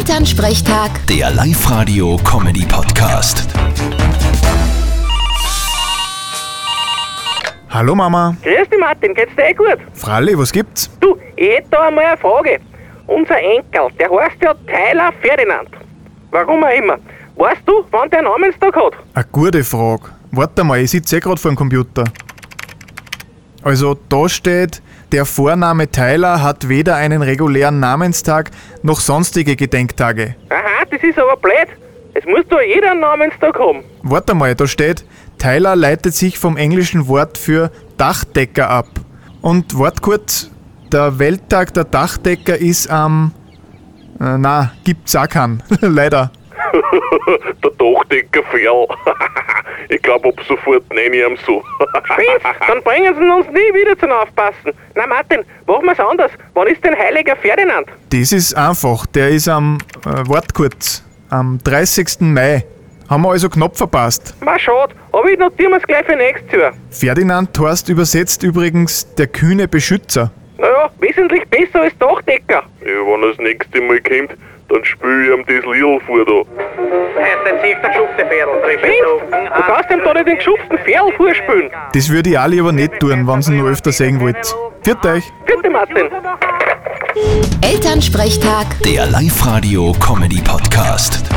Elternsprechtag, Der Live-Radio-Comedy-Podcast. Hallo Mama. Grüß dich Martin, geht's dir eh gut? Fralli, was gibt's? Du, ich hätte da einmal eine Frage. Unser Enkel, der heißt ja Tyler Ferdinand. Warum auch immer. Weißt du, wann der Namenstag hat? Eine gute Frage. Warte mal, ich sitze eh gerade vor dem Computer. Also, da steht, der Vorname Tyler hat weder einen regulären Namenstag noch sonstige Gedenktage. Aha, das ist aber blöd. Es muss doch jeder einen Namenstag haben. Warte mal, da steht, Tyler leitet sich vom englischen Wort für Dachdecker ab. Und wart kurz, der Welttag der Dachdecker ist am. Äh, na, gibt's auch keinen. Leider. Der Dachdecker Ferl. ich glaube, ab sofort nenne ich ihn so. Schimpf, dann bringen sie uns nie wieder zum Aufpassen. Na Martin, machen wir's anders. Wann ist denn heiliger Ferdinand? Das ist einfach. Der ist am, äh, wart kurz, am 30. Mai. Haben wir also knapp verpasst. Ma schade, aber ich notiere mir's gleich für nächstes Jahr. Ferdinand heißt übersetzt übrigens der kühne Beschützer. Naja, wesentlich besser als Dachdecker. ja, wenn er das nächste Mal kommt, dann spiel ich ihm das Lied vor da. Schimpf, du kannst ihm da nicht den geschupften Ferl vorspülen. Das würde ich auch lieber nicht tun, wenn ihr ihn noch öfter sehen wollt. Viert euch! Bitte Martin. Elternsprechtag. Der Live-Radio-Comedy-Podcast.